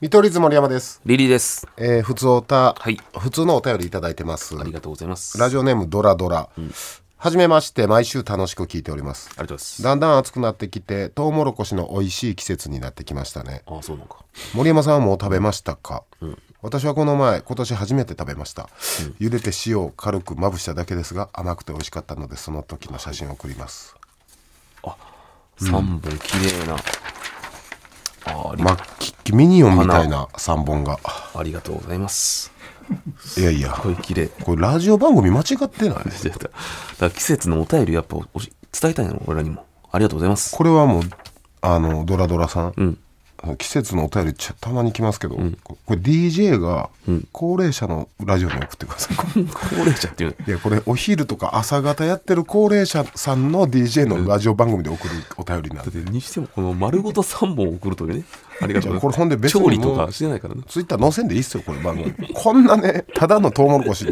見取り図森山です。リリーです。えー、普通おた、はい普通のお便りいただいてます。ありがとうございます。ラジジオネームドラドラ。はじめまして、毎週楽しく聞いております。ありがとうございだんだん暑くなってきて、トウモロコシの美味しい季節になってきましたね。ます。あ、そうなのか。森山さんはもう食べましたか、私はこの前今年初めて食べました、茹でて塩を軽くまぶしただけですが甘くて美味しかったのでその時の写真を送ります、三本綺麗な。あありまあききミニオンみたいな3本がありがとうございます。いやいやこれ綺麗。 これラジオ番組間違ってない出てただから季節のお便りやっぱおし伝えたいの俺らにも。ありがとうございます。これはもうあのドラドラさん、ん季節のお便りちょたまに来ますけど、これ DJ が高齢者のラジオに送ってください、高齢者っていう。いやこれお昼とか朝方やってる高齢者さんの DJ のラジオ番組で送るお便りなんで、でにしてもこの丸ごと三本送るというね。ありがとうございじゃあこます。れほんで別にも調う理とかしてないからね。ツイッター載せんでいいっすよこれ番組 こんなねただのトウモロコシ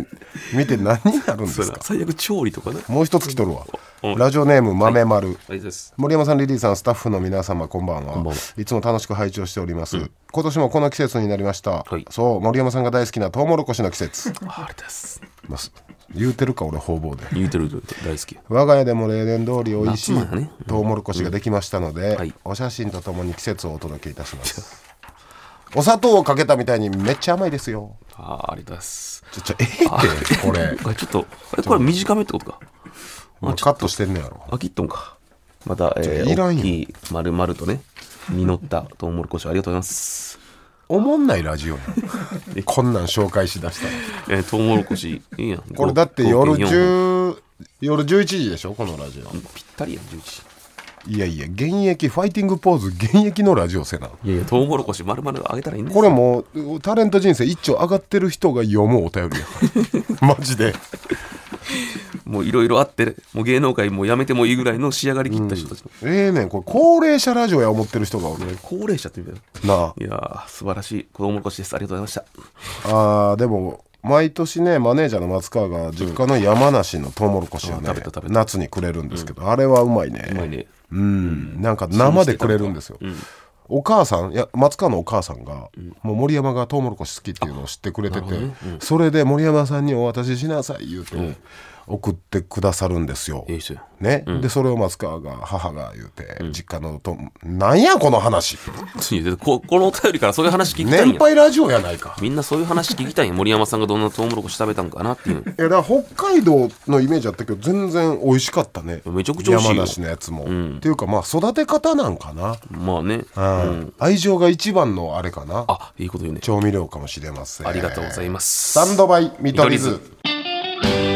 見て何になるんで すそうやなか最悪調理とかね。もう一つ来とるわうんラジオネーム豆丸、はいです。森山さんリリーさんスタッフの皆様こんばんはんばんはいつも楽しく拝聴しております、今年もこの季節になりました、はいそう森山さんが大好きなトウモロコシの季節あありです。まあす言うてるか俺方々で言うてる言うてる大好き。我が家でも例年通り美味しい夏なんやねトウモロコシができましたので、はいお写真とともに季節をお届けいたします お砂糖をかけたみたいにめっちゃ甘いですよああありです。ちょちょええってこ れ、あちょっとあれこれ短めってことか。まあ、カットしてんねやろあ、切っとんか。また、えいー、らん大よきい丸々とね、実ったトウモロコシをありがとうございます。 おもんないラジオやん こんなん紹介しだしたらえー、トウモロ コシ、いいやん。これだって合計夜合計四本10夜11時でしょこのラジオぴったりやん、11。いやいや現役ファイティングポーズ現役のラジオせないやいや、トウモロコシ丸々あげたらいいね。これもうタレント人生一丁上がってる人が読むお便りや からマジでもういろいろあって、もう芸能界もうやめてもいいぐらいの仕上がりきった人たちの。ええねんこれ高齢者ラジオや思ってる人がおる高齢者って言うたなよ。いやー、素晴らしいトウモロコシです。ありがとうございましああーでも毎年ねマネージャーの松川が実家の山梨のトウモロコシをねあー食べた食べた夏にくれるんですけど、あれはうまいねた。うまいね。うん、なんか生でくれるんですよ、お母さんいや松川のお母さんが、もう森山がトウモロコシ好きっていうのを知ってくれてて、それで森山さんにお渡ししなさい言うて、送ってくださるんですよ、ええ人や。ね、でそれを松川が母が言うて、実家のとなんやこの話いやここのお便りからそういう話聞きたいん年や。配ラジオやないかみんなそういう話聞きたいんや。森山さんがどんなトウモロコシ食べたんかなっていう。 いやだから北海道のイメージあったけど全然美味しかったねめちゃくちゃ美味しい山よ梨のやつも、っていうかまあ育て方なんかな、まあね。うん愛情が一番のあれかなあ、いいこと言うね。調味料かもしれませんありがとうございます。スタンドバイ見取り図見取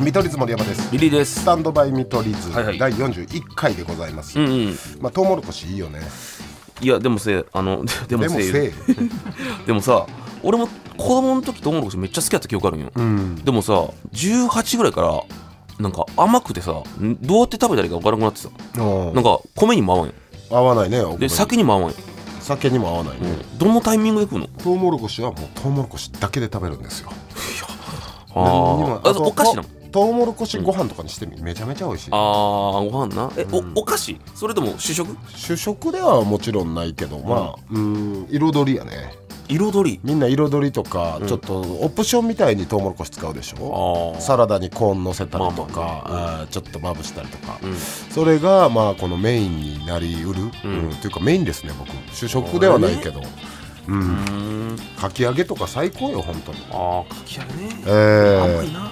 見取り図森山ですリリーでスす。タンドバイ見取り図、はいはい第41回でございます、うんうん。まあトウモロコシいいよねいや、でもせ、あの、ででもでもせせ、 いでもさ、俺も子供の時トウモロコシめっちゃ好きだった記憶あるんよ。でもさ、18ぐらいから、なんか甘くてさ、んどうやって食べたらいいか分からなくなってさ、うんなんか米にも合わんよ。合わないねお米で、に酒にも合わんよ。酒にも合わないね、どのタイミングで食うのトウモロコシはもうトウモロコシだけで食べるんですよ何にもあーあ、とお菓子なのトトウモロコシご飯とかにしてみ、めちゃめちゃ美味しいあー、ご飯な。え、おお菓子それとも主食主食ではもちろんないけどまあうん彩りやね彩り。みんな彩りとか、ちょっとオプションみたいにトウモロコシ使うでしょあーサラダにコーン乗せたりとか、まああーちょっとまぶしたりとか、うんそれがまあこのメインになりうる、ううんんっていうかメインですね僕主食ではないけど、うん、うーん。かき揚げとか最高よ本当に。あー、かき揚げね。え甘いー、な。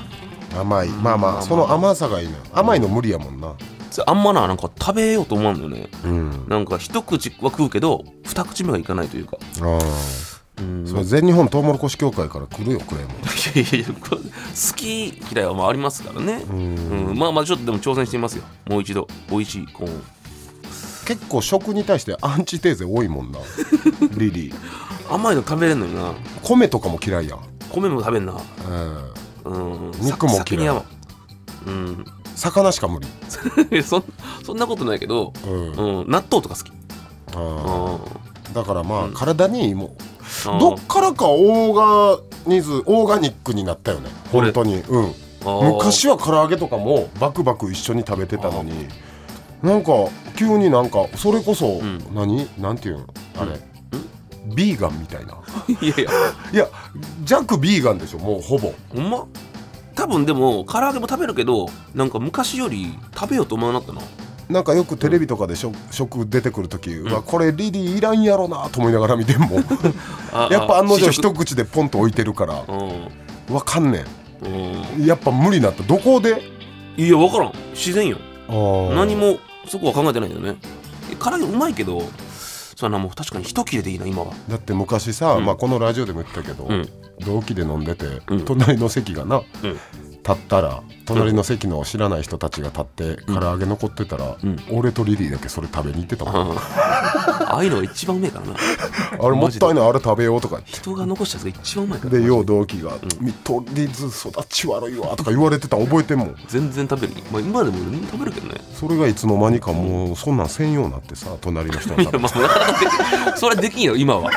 甘いまあまあその甘さがいいのよ甘いの無理やもんなそれあんまな、なんか食べようと思わんのよね。うんなんか一口は食うけど二口目はいかないというかあーそれ全日本トウモロコシ協会から来るよクレームいやいやいやこれ好き嫌いはまあありますからねんうんまあまあちょっとでも挑戦してみますよもう一度美味しいコーン結構食に対してアンチテーゼ多いもんなリリー甘いの食べれんのにな米とかも嫌いやん、米も食べんなうんうん肉も嫌いさ先に合わんうん 魚しか無理、いやそんそんなことないけど、うんうん、納豆とか好きああーだからまあ体にいいもんーどっからかオーガニズオーガニックになったよねこれ本当にうん昔は唐揚げとかもバクバク一緒に食べてたのになんか急になんかそれこそ、ん何なんていうのあれ、ビーガンみたいな いやいやいや弱ビーガンでしょもうほぼほんま多分でも唐揚げも食べるけどなんか昔より食べようと思わなかったななんかよくテレビとかで食,、食出てくる時、うわこれリリーいらんやろなと思いながら見て もあやっぱ案の定試食一口でポンと置いてるからうわかんねんうんんやっぱ無理なったどこでいや分からん自然よ何何もそこは考えてないんだよねえ唐揚げうまいけどそんなもう確かに一切れでいいな今はだって昔さ、うんまあ、このラジオでも言ったけど、うん同期で飲んでて、うん隣の席がな、うん立ったら隣の席の知らない人たちが立って、唐揚げ残ってたら、うん俺とリリーだけそれ食べに行ってたもん、うんああいうのが一番うめえからな あれもったいないあれ食べようとか言って人が残したやつが一番うまいからでよう同期が「見取り図育ち悪いわ」とか言われてた覚えてんもん全然食べる、まあ、今でも全然食べるけどねそれがいつの間にかもうそんなんせんようになってさ隣の人いがやまあなかなかでそれはできんよ今は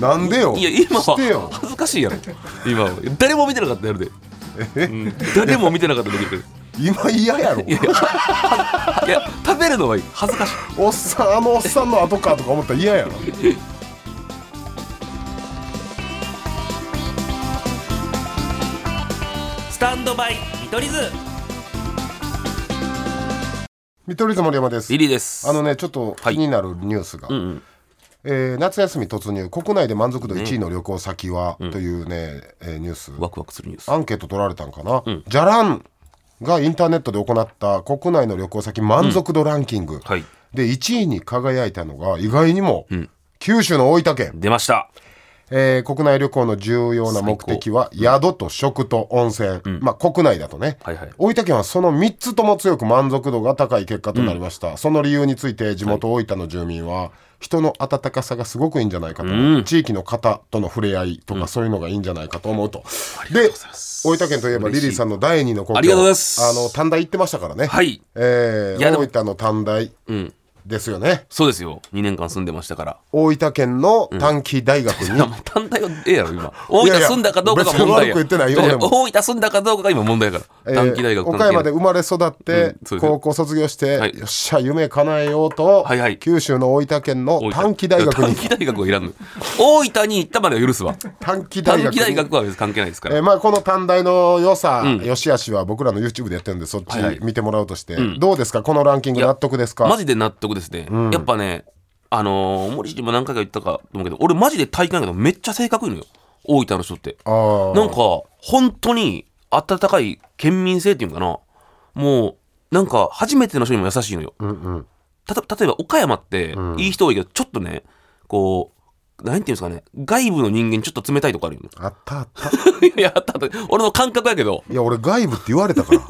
なんでよいや今してよは恥ずかしいやろ今は誰も見てなかったやるで、うん誰も見てなかったらできる今嫌やろけどいやいやはいや食べるのはいい恥ずかしいおっさんあのおっさんの後かとか思ったら嫌やろスタンドバイ見取り図見取り図森山ですリリーですあのねちょっとはい気になるニュースが、うんうんえー夏休み突入国内で満足度1位の旅行先は、というね、えーニュースワクワクするニュースアンケート取られたんかな、んじゃらんがインターネットで行った国内の旅行先満足度ランキング、はいで1位に輝いたのが意外にも、九州の大分県、出ましたえー国内旅行の重要な目的は宿と食と温泉、まあ国内だとね、はいはい大分県はその3つとも強く満足度が高い結果となりました、その理由について地元大分の住民は、人の温かさがすごくいいんじゃないかと、地域の方との触れ合いとかそういうのがいいんじゃないかと思うと、で大分県といえばリリーさんの第二の故郷ありがとうございますあの短大行ってましたからね、はいえーいやでも大分の短大うんですよねそうですよ2年間住んでましたから大分県の短期大学に、いやもう単体はええやろ今大いや分住んだかどうかが問題別に悪くや言ってないよ俺も大分住んだかどうかが今問題やから短期大学えー岡山で短生まれ育って、うんそうです高校卒業して、はいよっしゃ夢叶えようと、はいはい九州の大分県の期短期大学短に期大学はいらんの大分に行ったまでは許すわ 短期 大短学期に大学は別に関係ないですかえらーまあ、この短大の良さ、よしあしは僕らの YouTube でやってるんでそっちはいはい見てもらうとして、どうですかこのランキング納得ですかマジで納得ですねやっぱねあのー森氏も何回か言ったかと思うけど俺マジで体感やけどめっちゃ性格いいのよ大分の人ってあーなんか本当に温かい県民性っていうのかなもうなんか初めての人にも優しいのようんうんたと例えば岡山っていい人多いけどちょっとねこうなんていうんですかね外部の人間にちょっと冷たいとこある よねあったあったいやあったあった 俺の感覚やけどいや俺外部って言われたから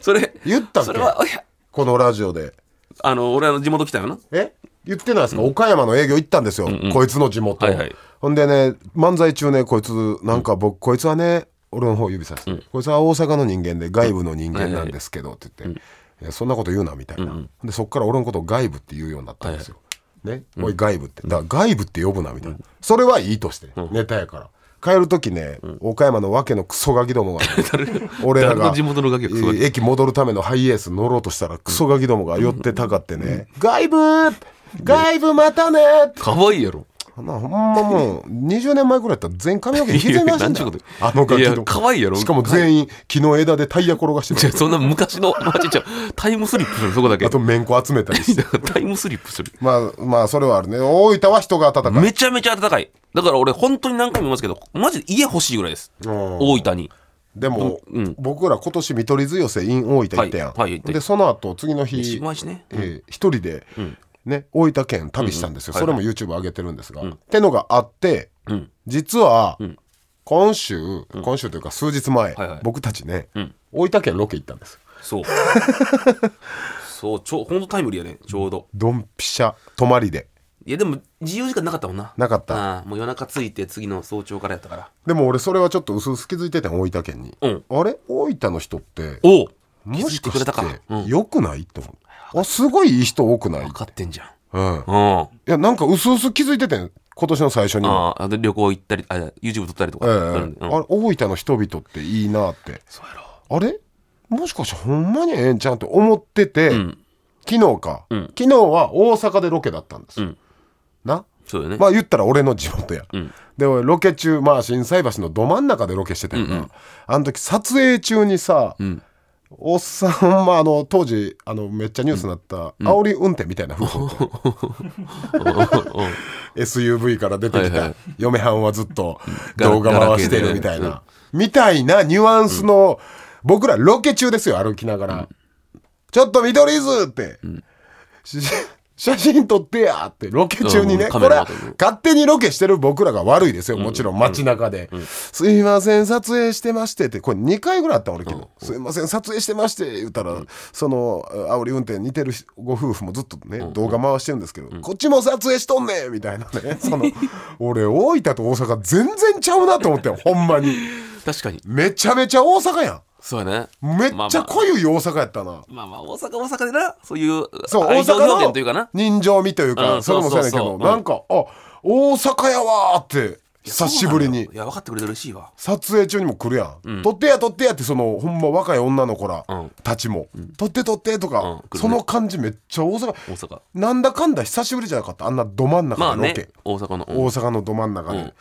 それ言ったっけそれはいやこのラジオであの俺の地元来 たよなえ言ってないですか、岡山の営業行ったんですよ、こいつの地元、はいはいほんでね漫才中ねこいつなんか僕、こいつはね俺の方指さして、こいつは大阪の人間で外部の人間なんですけどって言って、いやそんなこと言うなみたいな、でそっから俺のことを外部って言うようになったんですよ、ね、おい外部ってだから外部って呼ぶなみたいな、それはいいとして、ネタやから帰る時ね、岡山のわけのクソガキどもがね、俺ら誰がの地元のガキがクソガキ駅戻るためのハイエース乗ろうとしたらクソガキどもが寄ってたかってね「外部外部またね!」ってかわいいやろほんなほんまもう20年前ぐらいやったら全髪の毛ひぜなしんいやなんちゅだうことあのガキいどやも可愛いやろしかも全員木の枝でタイヤ転がしてじゃたあ そんな昔の街ちゃうタイムスリップするそこだけあとめんこ集めたりして タイムスリップするまあまあそれはあるね大分は人が温かいめちゃめちゃ暖かいだから俺本当に何回も言いますけどマジで家欲しいぐらいですうん大分にでも、僕ら今年見取り図寄せ in 大分行ったやん、はいはい行ったでその後次の日しまいしねえー一人で、ね、大分県旅したんですよ、うんうんはいそれも YouTube 上げてるんですが、ってのがあって、うん実は、今週、今週というか数日前、はいはい僕たちね、ん大分県ロケ行ったんです そうそうちょほんとタイムリーやねちょうどドンピシャ泊まりでいやでも自由時間なかったもんななかったああもう夜中着いて次の早朝からやったからでも俺それはちょっと薄々気づいてて大分県に、うんあれ大分の人っておもしか気づいてくれたしかてうん良くないと思う、あすごいいい人多くない分、かってんじゃんうん、うんいやなんかうすうす気づいててん今年の最初にもあーあで旅行行ったりあ YouTube 撮ったりとえかえなるんで、うんあれ大分の人々っていいなってそうやろあれもしかしてほんまにええんちゃうんって思ってて、ん昨日か、ん昨日は大阪でロケだったんですよ、うんなそうよね、まあ言ったら俺の地元や、んで俺ロケ中まあ心斎橋のど真ん中でロケしてたよな、あの時撮影中にさ、んおっさん、まあ、あの当時あのめっちゃニュースになった、煽り運転みたいな服を着て SUV から出てきた、はいはい嫁はんはずっとガラ動画回してるみたいガラな、みたいなニュアンスの、僕らロケ中ですよ歩きながら、ちょっと緑図って、し 写真撮ってやってロケ中にね、うんこカれメはラ勝手にロケしてる僕らが悪いですよもちろん街中で、すいません撮影してまして」ってこれ2回ぐらいあった俺昨日、すいません撮影してまして」言ったら、そのあ煽り運転似てるご夫婦もずっとね、動画回してるんですけど、こっちも撮影しとんねん!」みたいな ねその俺大分と大阪全然ちゃうなと思ってほんまに確かにめちゃめちゃ大阪やそうやねんめっちゃ濃い大阪やったな、まあまあ大阪大阪でなそういうそう大愛情表現という阪かなの人情味といううかんそれもそうやねんけそどうそうそうなんかあ大阪やわーって久しぶりにいや分かってくれて嬉しいわ撮影中にも来るやん「撮ってや撮ってや」ってそのほんま若い女の子らうんたちも「撮って撮って」とうんか来るそねの感じめっちゃ大阪大阪なんだかんだ久しぶりじゃなかったあんなど真んまあ中でロねケ大阪の、うん大阪のど真ん中うんで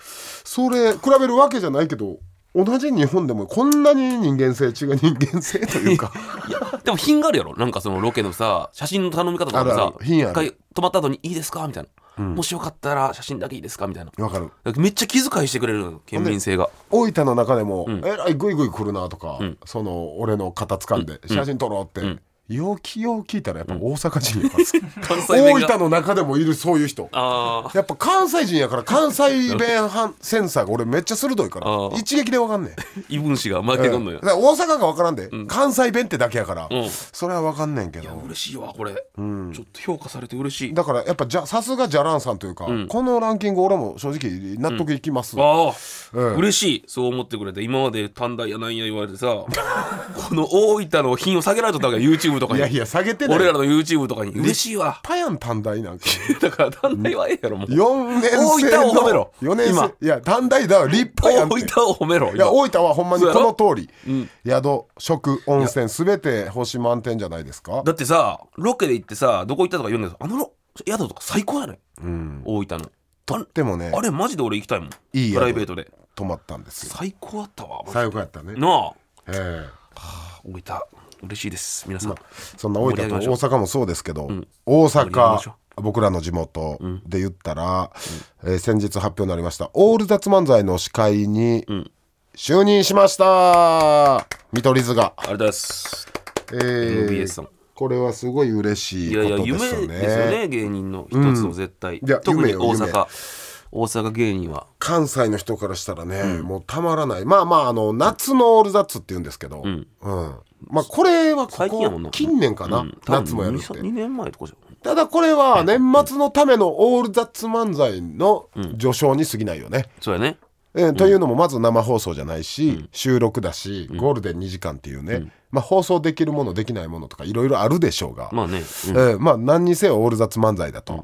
それ比べるわけじゃないけど同じ日本でもこんなに人間性違う人間性という かいやでも品があるやろなんかそのロケのさ写真の頼み方とかもあるあさる品ある一回止まった後に「いいですか?」みたいな、もしよかったら写真だけいいですか?」みたいなわかるめっちゃ気遣いしてくれるのよ県民性が大分の中でも、えらいグイグイ来るなとか、その俺の肩掴んで写真撮ろうって、よきよう聞いたらやっぱ大阪人や からさ、関西弁大が分の中でもいるそういう人あーやっぱ関西人やから関西弁反センサーが俺めっちゃ鋭いかあらー一撃でわかんね ん異分子が負けとんのよ、だから大阪がわからんで、関西弁ってだけやから、うんそれはわかんねんけど嬉しいわこれ、ちょっと評価されて嬉しいだからやっぱじゃさすがじゃらんさんというか、このランキング俺も正直納得いきます、ああ、うん嬉しいそう思ってくれて今まで短大やなんや言われてさこの大分の品を下げられとったわけ YouTube とかいにやいや下げてない俺らの YouTube とかに嬉しいわパヤン短大なんか だから短大はええやろもう4年生大分をの褒めろ4年今生いや短大だわ立派や大んって分を褒めろいや今大分はほんまにそうやろこの通り、宿食温泉すべて星満点じゃないですかだってさロケで行ってさどこ行ったとか言うんだけどあのろ宿とか最高やね、ん大分のとってもねあれマジで俺行きたいもんいい宿プライベートで泊まったんですよ最高だったわマジで最高やったね、なあええ大分嬉しいです皆さん、そんな大分と盛り上げましょう大阪もそうですけど、大盛り上げまし阪ょ僕らの地元で言ったら、えー先日発表になりました「オール雑漫才」の司会に就任しました見取り図が、ありがとうございますえー MBS さんこれはすごい嬉しいいやこいやとで夢すよねですよね芸人の一つの絶対、いや特夢によ大夢阪大阪芸人は関西の人からしたらね、もうたまらないまあまああの夏のオールザッツって言うんですけど、うんまあこれはこ最近やもんこな近年かな、夏もやるって2年前とかじゃんただこれは年末のためのオールザッツ漫才の序章に過ぎないよね、そうやねえーというのもまず生放送じゃないし、収録だしゴールデン2時間っていうね、まあ、放送できるものできないものとかいろいろあるでしょうが、まあね、うんえーまあ何にせよオールザッツ漫才だと、うん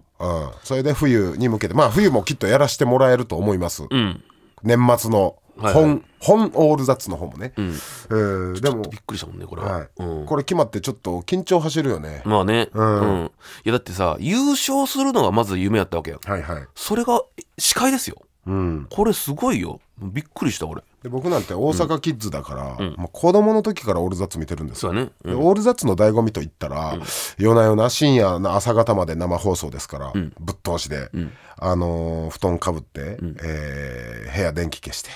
それで冬に向けてまあ冬もきっとやらせてもらえると思います、うん年末のはいはい本,、本オールザッツの方もね、えーでも、びっくりしたもんねこれは、はいうん、これ決まってちょっと緊張走るよね、まあね、うんんいやだってさ優勝するのがまず夢やったわけよはいはい、それがえ司会ですようん、これすごいよびっくりした俺で僕なんて大阪キッズだから、もう子供の時からオールザッツ見てるんですそようやね、うんでオールザッツの醍醐味と言ったら、夜な夜な深夜の朝方まで生放送ですから、ぶっ通しで、あのー布団かぶって、えー部屋電気消して、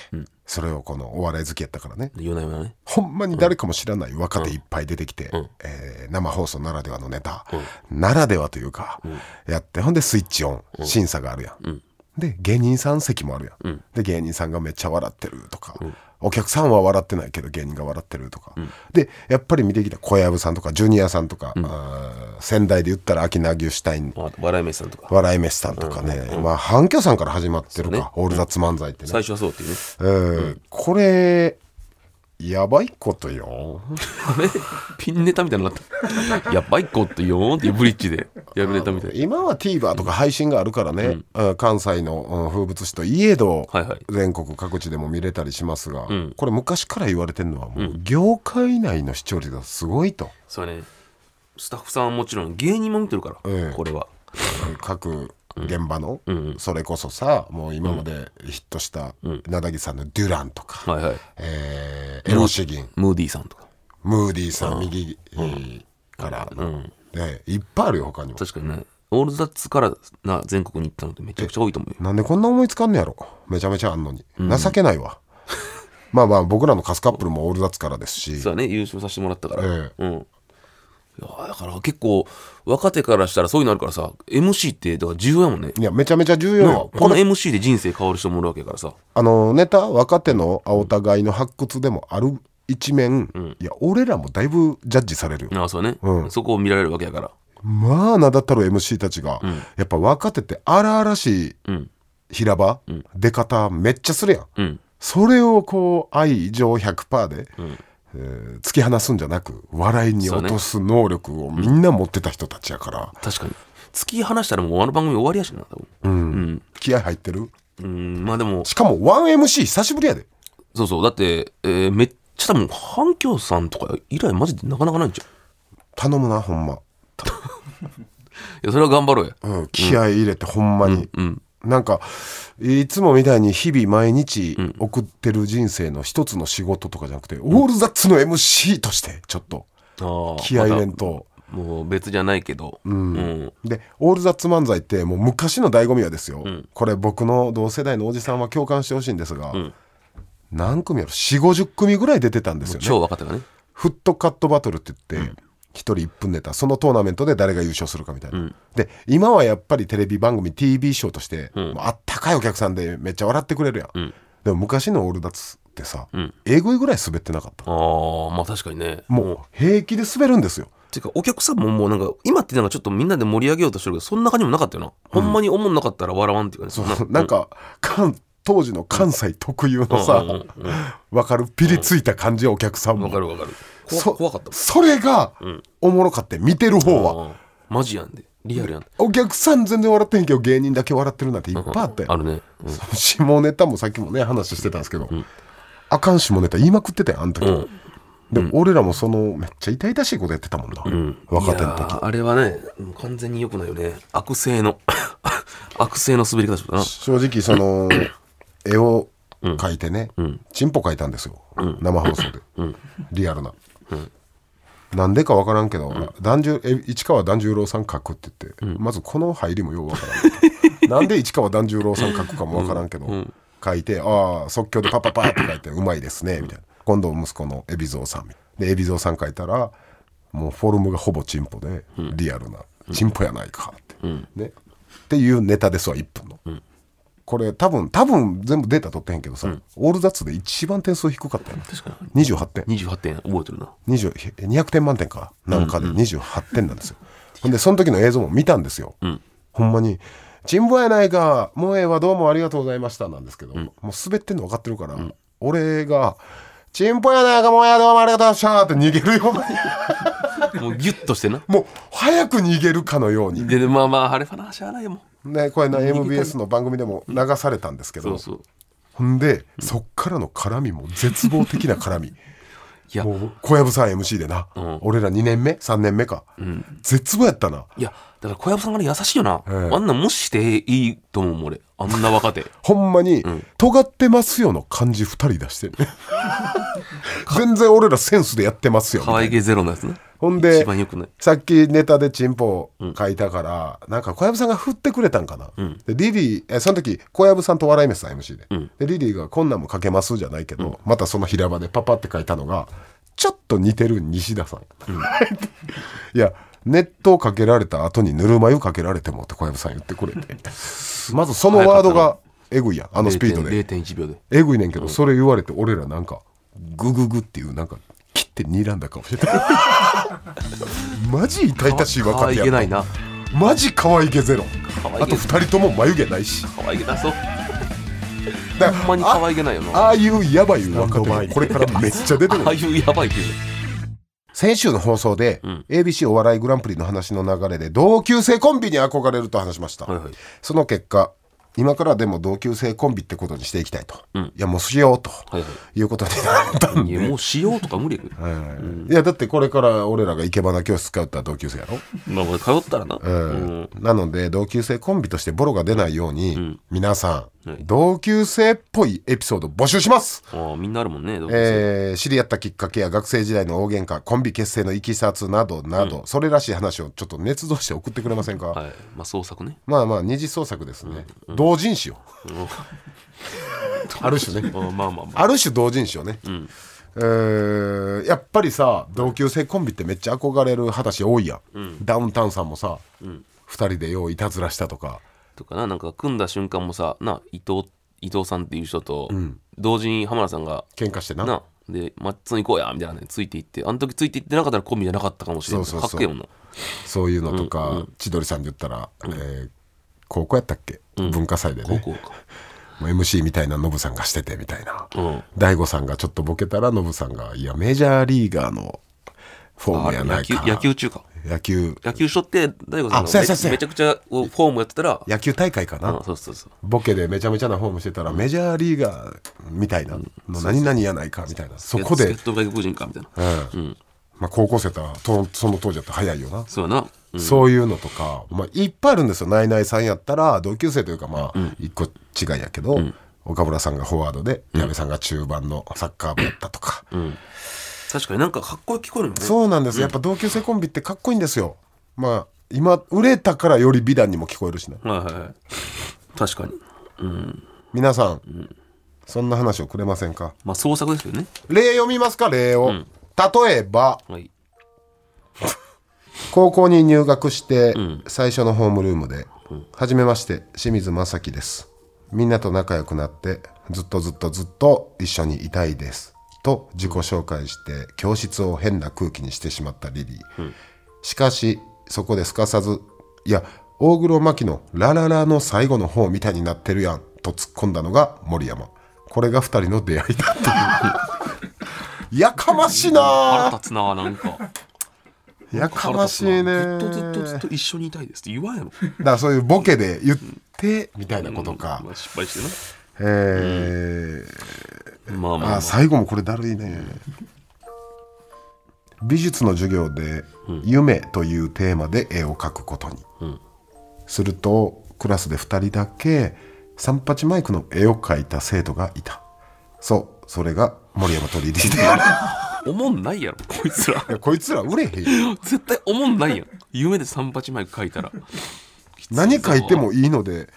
それをこのお笑い好きやったからね言わないよねほんまに誰かも知らない若手いっぱい出てきて、えー生放送ならではのネタ、ならではというか、やってほんでスイッチオン、審査があるやん、で芸人さん席もあるやん、で芸人さんがめっちゃ笑ってるとか、お客さんは笑ってないけど芸人が笑ってるとか、でやっぱり見てきた小籔さんとかジュニアさんとか、あー仙台で言ったら秋名牛シュタインあ笑い飯さんとか笑い飯さんとかね、まあ反響さんから始まってるか、そうねオールザッツ漫才ってね、最初はそうっていうねえーこれやばいことよあれピンネタみたいになった。やばいことよーんっていうブリッジ でやるネタみたいな。今は TVer とか配信があるからね、うん関西の、うん風物詩といえど、はいはい全国各地でも見れたりしますが、んこれ昔から言われてるのはもう、業界内の視聴率がすごいとそれね、スタッフさんはもちろん芸人も見てるから、ええこれは。各現場の、んうんそれこそさもう今までヒットした名田木さんの「デュラン」とか、はいはい。えーエロ詩吟ムーディーさんとか。ムーディーさん右、えーからの、ねいっぱいあるよ他にも確かにね、オールザッツからな全国に行ったのってめちゃくちゃ多いと思うよ。なんでこんな思いつかんのやろめちゃめちゃあんのに、情けないわ まあまあ僕らのカスカップルもオールザッツからですし実はね、優勝させてもらったから。えうん。いやーだから結構若手からしたらそういうのあるからさ MC ってだから重要やもんねいやめちゃめちゃ重要よ、この MC で人生変わる人もおるわけやからさあのネタ若手のあお互いの発掘でもある一面、いや俺らもだいぶジャッジされるよ、ああそうね、そこを見られるわけやからまあ名だったる MC たちが、やっぱ若手って荒々しいうん平場、出方めっちゃするやん、うんそれをこう愛情100%で、えー突き放すんじゃなく笑いに落とす能力をみんな持ってた人たちやから、確かに突き放したらもうあの番組終わりやしな多分うん、気合入ってるうんまあでもしかも 1MC 久しぶりやでそうそうだって、えーめっちゃ多分反響さんとか以来マジでなかなかないんちゃう頼むなほんま、いやそれは頑張ろうやうん、気合入れてほんまに、うんなんかいつもみたいに日々毎日送ってる人生の一つの仕事とかじゃなくて、オールザッツの MC としてちょっとああ気合入れんまと、たもう別じゃないけどうん、でオールザッツ漫才ってもう昔の醍醐味はですよ、これ僕の同世代のおじさんは共感してほしいんですが、何組やろ4 5 0組ぐらい出てたんですよね超若手がねフットカットバトルって言って、1人1分ネタそのトーナメントで誰が優勝するかみたいな、で今はやっぱりテレビ番組 TV ショーとして、もうあったかいお客さんでめっちゃ笑ってくれるやん、でも昔のオールダッツってさ、えぐいぐらい滑ってなかったああまあ確かにねもう平気で滑るんですよてかお客さんももうなんか今ってなんかちょっとみんなで盛り上げようとしてるけどそんな感じもなかったよな、ほんまに思んなかったら笑わんっていうかねそんな なんか関当時の関西特有のさ、うんうんうんわかるピリついた感じお客さんも、わかるわかる怖そ怖かったもんそれがおもろかって見てる方は、ああマジやんでリアルやんでお客さん全然笑ってへんけど芸人だけ笑ってるなんていっぱいあったよあるね、うん下ネタもさっきもね話してたんですけど、あかん下ネタ言いまくってたやんあの時、でも俺らもそのめっちゃ痛々しいことやってたもんな、若手のいや時ーあれはねもう完全に良くないよね悪性の 悪性の滑り方してたな正直その絵を描いてね、チンポ描いたんですよ、生放送で、リアルな、なんでか分からんけど、團十え市川團十郎さん描くって言って、まずこの入りもよう分からん なんで市川團十郎さん描くかも分からんけど、描いてああ即興でパッパッパーって描いてうまいですねみたいな今度息子の海老蔵さんで海老蔵さん描いたらもうフォルムがほぼチンポでリアルな、チンポやないかって、ねっていうネタですわ1分の、これ多分多分全部データ取ってへんけどさ、オールザッツで一番点数低かったよ確か28点に28点覚えてるな20 200点満点かなんかで28点なんですよ、ほんでその時の映像も見たんですよ、ほんまに「チンボやないか萌えはどうもありがとうございました」なんですけど、もう滑ってんの分かってるから、俺が「チンポやないか萌えはどうもありがとうございました」って逃げるよ うにもうギュッとしてなもう早く逃げるかのようにででまあまああれかなしゃあないよもねこれな MBS の番組でも流されたんですけうど、そうそうほんで、そっからの絡みも絶望的な絡みいやもう小籔さん MC でな、俺ら2年目3年目か、絶望やったないやだから小籔さんがね優しいよな、ええあんな無視していいと思うもん俺あんな若 手ほんまに、尖ってますよの感じ2人出してる全然俺らセンスでやってますよみたいな可愛げゼロのやつねほんで一番よくないさっきネタでチンポ書いたから、なんか小籔さんが振ってくれたんかな、でリリーえその時小籔さんと笑い飯さん MC で,、でリリーが「こんなんも書けます」じゃないけど、またその平場でパパって書いたのがちょっと似てる西田さん、 いや熱湯かけられた後にぬるま湯かけられてもって小籔さん言ってくれてまずそのワードがえぐいやんあのスピードで0.1 0.1秒でえぐいねんけど、それ言われて俺らなんかグググっていうなんか切って睨んだかもしれない マジ痛々しい可若愛手げなやいなマジ可愛げゼロ可愛げあと2人とも眉毛ないし可愛げなそうだほんまに可愛げないよなあああいうやばい若スタンドバ手イがこれからめっちゃ出てく るあいうやばいっていう先週の放送で、うん ABC お笑いグランプリの話の流れで同級生コンビに憧れると話しました、はいはいその結果今からでも同級生コンビってことにしていきたいと、うんいやもうしようとはいはいいうことになったんいで、やもうしようとか無理やけど、はいいやだってこれから俺らが生け花教室通ったら同級生やろ、まあ、通ったらな、ううんなので同級生コンビとしてボロが出ないように、ん皆さん、はい同級生っぽいエピソード募集しますああみんなあるもんねどうせえー知り合ったきっかけや学生時代の大喧嘩コンビ結成のいきさつなどなど、それらしい話をちょっと捏造して送ってくれませんか、はいまあ創作ねまあまあ二次創作ですね、同人誌を、ある種 ねああまあまあまあある種同人誌をね、えーやっぱりさ同級生コンビってめっちゃ憧れる話多いやん、ダウンタウンさんもさ、二人でよういたずらしたとかとかななんか組んだ瞬間もさな伊藤伊藤さんっていう人と、同時に浜田さんが喧嘩してななでマッツン行こうやみたいなねついていってあの時ついていってなかったらコンビじゃなかったかもしれないそうそうかそうっけえもんなそういうのとか、千鳥さんで言ったら、えー高校やったっけ、文化祭でね高校かもう MC みたいなノブさんがしててみたいな、うん大悟さんがちょっとボケたらノブさんが「いやメジャーリーガーのフォーあムやな野い球か野球中か野球野球しとって大悟さんあそうやそうやそうがやめめちゃくちゃフォームやってたら野球大会かな、うんそうそうそうボケでめちゃめちゃなフォームしてたら、メジャーリーガーみたいな、の何々やないかみたいなそこ助でっ、人外国人かみたいなうんまあ、高校生だったらとその当時だったら早いよな、そうやなうんそういうのとか、まあ、いっぱいあるんですよナイナイさんやったら同級生というかまあ一個違いやけど、岡村さんがフォワードで矢部さんが中盤のサッカー部やったとか、確かになんかかっこよく聞こえるもんねそうなんです、やっぱ同級生コンビってかっこいいんですよまあ今売れたからより美談にも聞こえるしねはいはいはい確かに皆さん、そんな話をくれませんかまあ創作ですけどね例読みますか例を、例えばはい高校に入学して最初のホームルームで「はじめまして清水正樹です」「みんなと仲良くなってずっとずっとずっと一緒にいたいです」と自己紹介して教室を変な空気にしてしまったリリーしかしそこですかさず「いや大黒摩季のラララの最後の方みたいになってるやん」と突っ込んだのが森山これが2人の出会いだった やかましいな腹立つななんかあやかましいね腹立つなずっとずっとずっと一緒にいたいですって言わんやろだからそういうボケで言ってみたいなことか、まあ失敗してえなまあまあー、まああ最後もこれだるいね美術の授業で「夢」というテーマで絵を描くことに、するとクラスで2人だけ三八マイクの絵を描いた生徒がいたそうそれが森山とリリーでおもんないやろこいつら い やこいつら売れへんよ絶対おもんないやん夢で三八マイク書いたら何描いてもいいので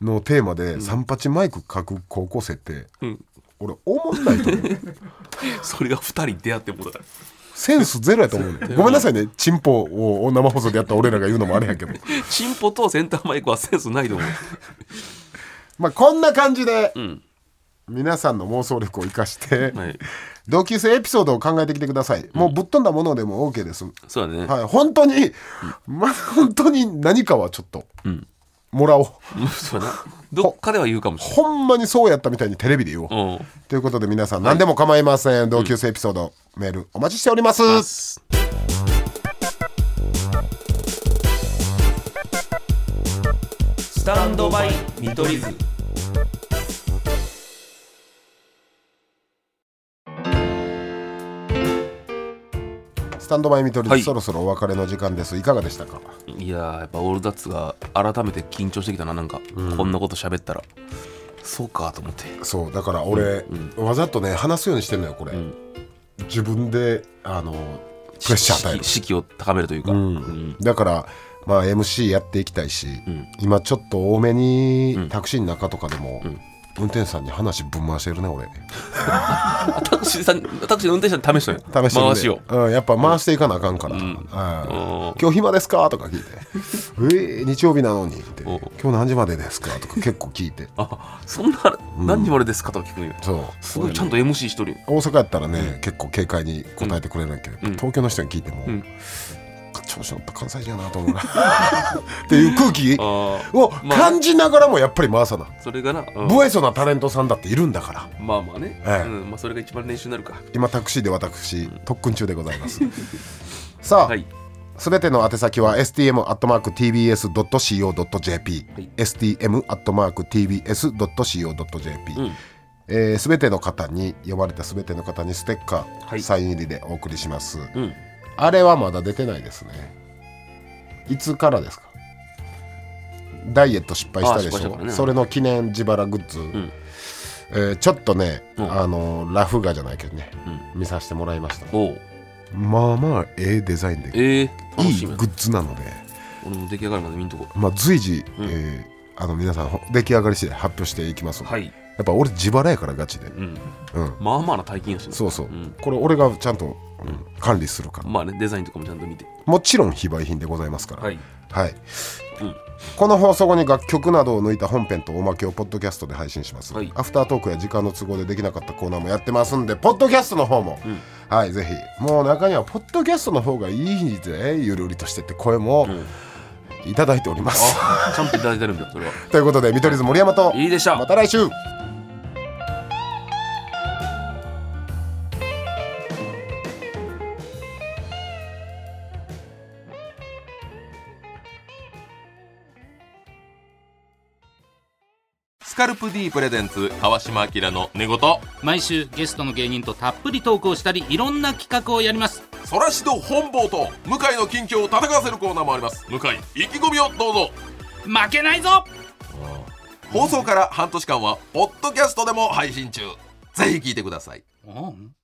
のテーマで三八マイク描く高校生って、ん俺思んないと思うそれが二人出会ってもうたらセンスゼロやと思うねごめんなさいねチンポを生放送でやった俺らが言うのもあれやけどチンポとセンターマイクはセンスないと思うまあこんな感じでん皆さんの妄想力を生かしてはい同級生エピソードを考えてきてくださいもうぶっ飛んだものでも OK ですそうだね、はい本当にまあ本当に何かはちょっともらおううん そうだなどっかでは言うかもしほんまにそうやったみたいにテレビで言おうれないうんということで皆さん何でも構いません同級生エピソードメールお待ちしておりますスタンドバイ見取り図スタンドバイ見取りは図いそろそろお別れの時間ですいかがでしたかいやーやっぱオールダッツが改めて緊張してきたななんか、こんなこと喋ったらそうかと思ってそうだから俺、わざとね話すようにしてんのよこれ、自分であのプレッシャー与える士気を高めるというか、うんだからまあ MC やっていきたいし、今ちょっと多めにタクシーの中とかでも、運転手さんに話ぶん回してるね俺タクシーさんタクシーの運転手さんに試して試してるね回しをうん、やっぱ回していかなあかんから「はい今日暇ですか?」とか聞いて「えー日曜日なのに」って「今日何時までですか?」とか結構聞いてあそんな何時までですかとか聞くんよ、そうすごいちゃんと MC 一人大阪やったらね、結構軽快に答えてくれるんやけど、東京の人に聞いても、調子乗った関西人やなと思うな っていう空気ああをまあ感じながらもやっぱり回さなそれがな、うん不愛想なタレントさんだっているんだからまあまあね、ええうんまあ、それが一番練習になるか今タクシーで私特訓中でございます さあ、はいすべての宛先は stm.tbs.co.jp、はい stm.tbs.co.jp うんすべ、えー全ての方に呼ばれたすべての方にステッカー、はいサイン入りでお送りします、うんあれはまだ出てないですねいつからですかダイエット失敗したであ失敗ししたょからねそれの記念自腹グッズ、んえーちょっとね、うんあのーラフ画じゃないけどね、見させてもらいましたおうまあまあええデザインでええ楽いいしグみやなッズなので、俺も出来上がるまで見んとこまあ、随時、えーあの皆さんほ出来上がり次第発表していきますので、はいやっぱ俺自腹やからガチで、うんうん、まあまあな大金やしなそうそう、んこれ俺がちゃんと、うん管理するからまあねデザインとかもちゃんと見てもちろん非売品でございますからはいはいうんこの放送後に楽曲などを抜いた本編とおまけをポッドキャストで配信します、はいアフタートークや時間の都合でできなかったコーナーもやってますんでポッドキャストの方も、はいぜひもう中にはポッドキャストの方がいいぜゆるりとしてって声もいただいております、あちゃんといただいてるんだそれは ということで見取り図森山といいでしたまた来週スカルプ D プレゼンツ川島明の寝言毎週ゲストの芸人とたっぷりトークをしたりいろんな企画をやりますそらしど本坊と向井の近況を戦わせるコーナーもあります向井意気込みをどうぞ負けないぞ放送から半年間はポッドキャストでも配信中ぜひ聞いてくださいうん